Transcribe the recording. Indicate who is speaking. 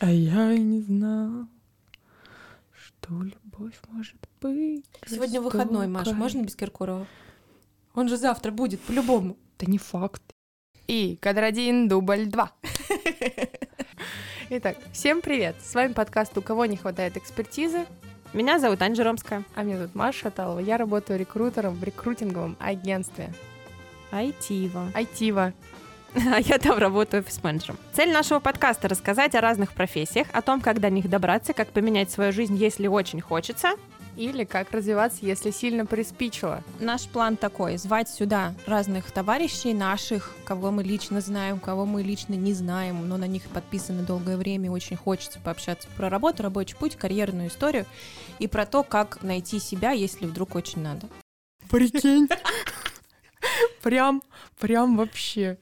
Speaker 1: А я и не знал, что любовь может быть.
Speaker 2: Сегодня выходной, Маш,
Speaker 1: жестокой.
Speaker 2: можно без Киркорова? Он же завтра будет, по-любому.
Speaker 1: Да не факт.
Speaker 3: И кадр один, дубль два. Итак, всем привет! С вами подкаст «У кого не хватает экспертизы»,
Speaker 4: Меня зовут Аня Жиромская.
Speaker 3: а меня зовут Маша Шаталова. Я работаю рекрутером в рекрутинговом агентстве
Speaker 4: Айтива.
Speaker 3: Айтива.
Speaker 4: А я там работаю офис-менеджером. Цель нашего подкаста — рассказать о разных профессиях, о том, как до них добраться, как поменять свою жизнь, если очень хочется.
Speaker 3: Или как развиваться, если сильно приспичило.
Speaker 2: Наш план такой, звать сюда разных товарищей наших, кого мы лично знаем, кого мы лично не знаем, но на них подписано долгое время, и очень хочется пообщаться про работу, рабочий путь, карьерную историю и про то, как найти себя, если вдруг очень надо.
Speaker 1: Прикинь. Прям, прям вообще.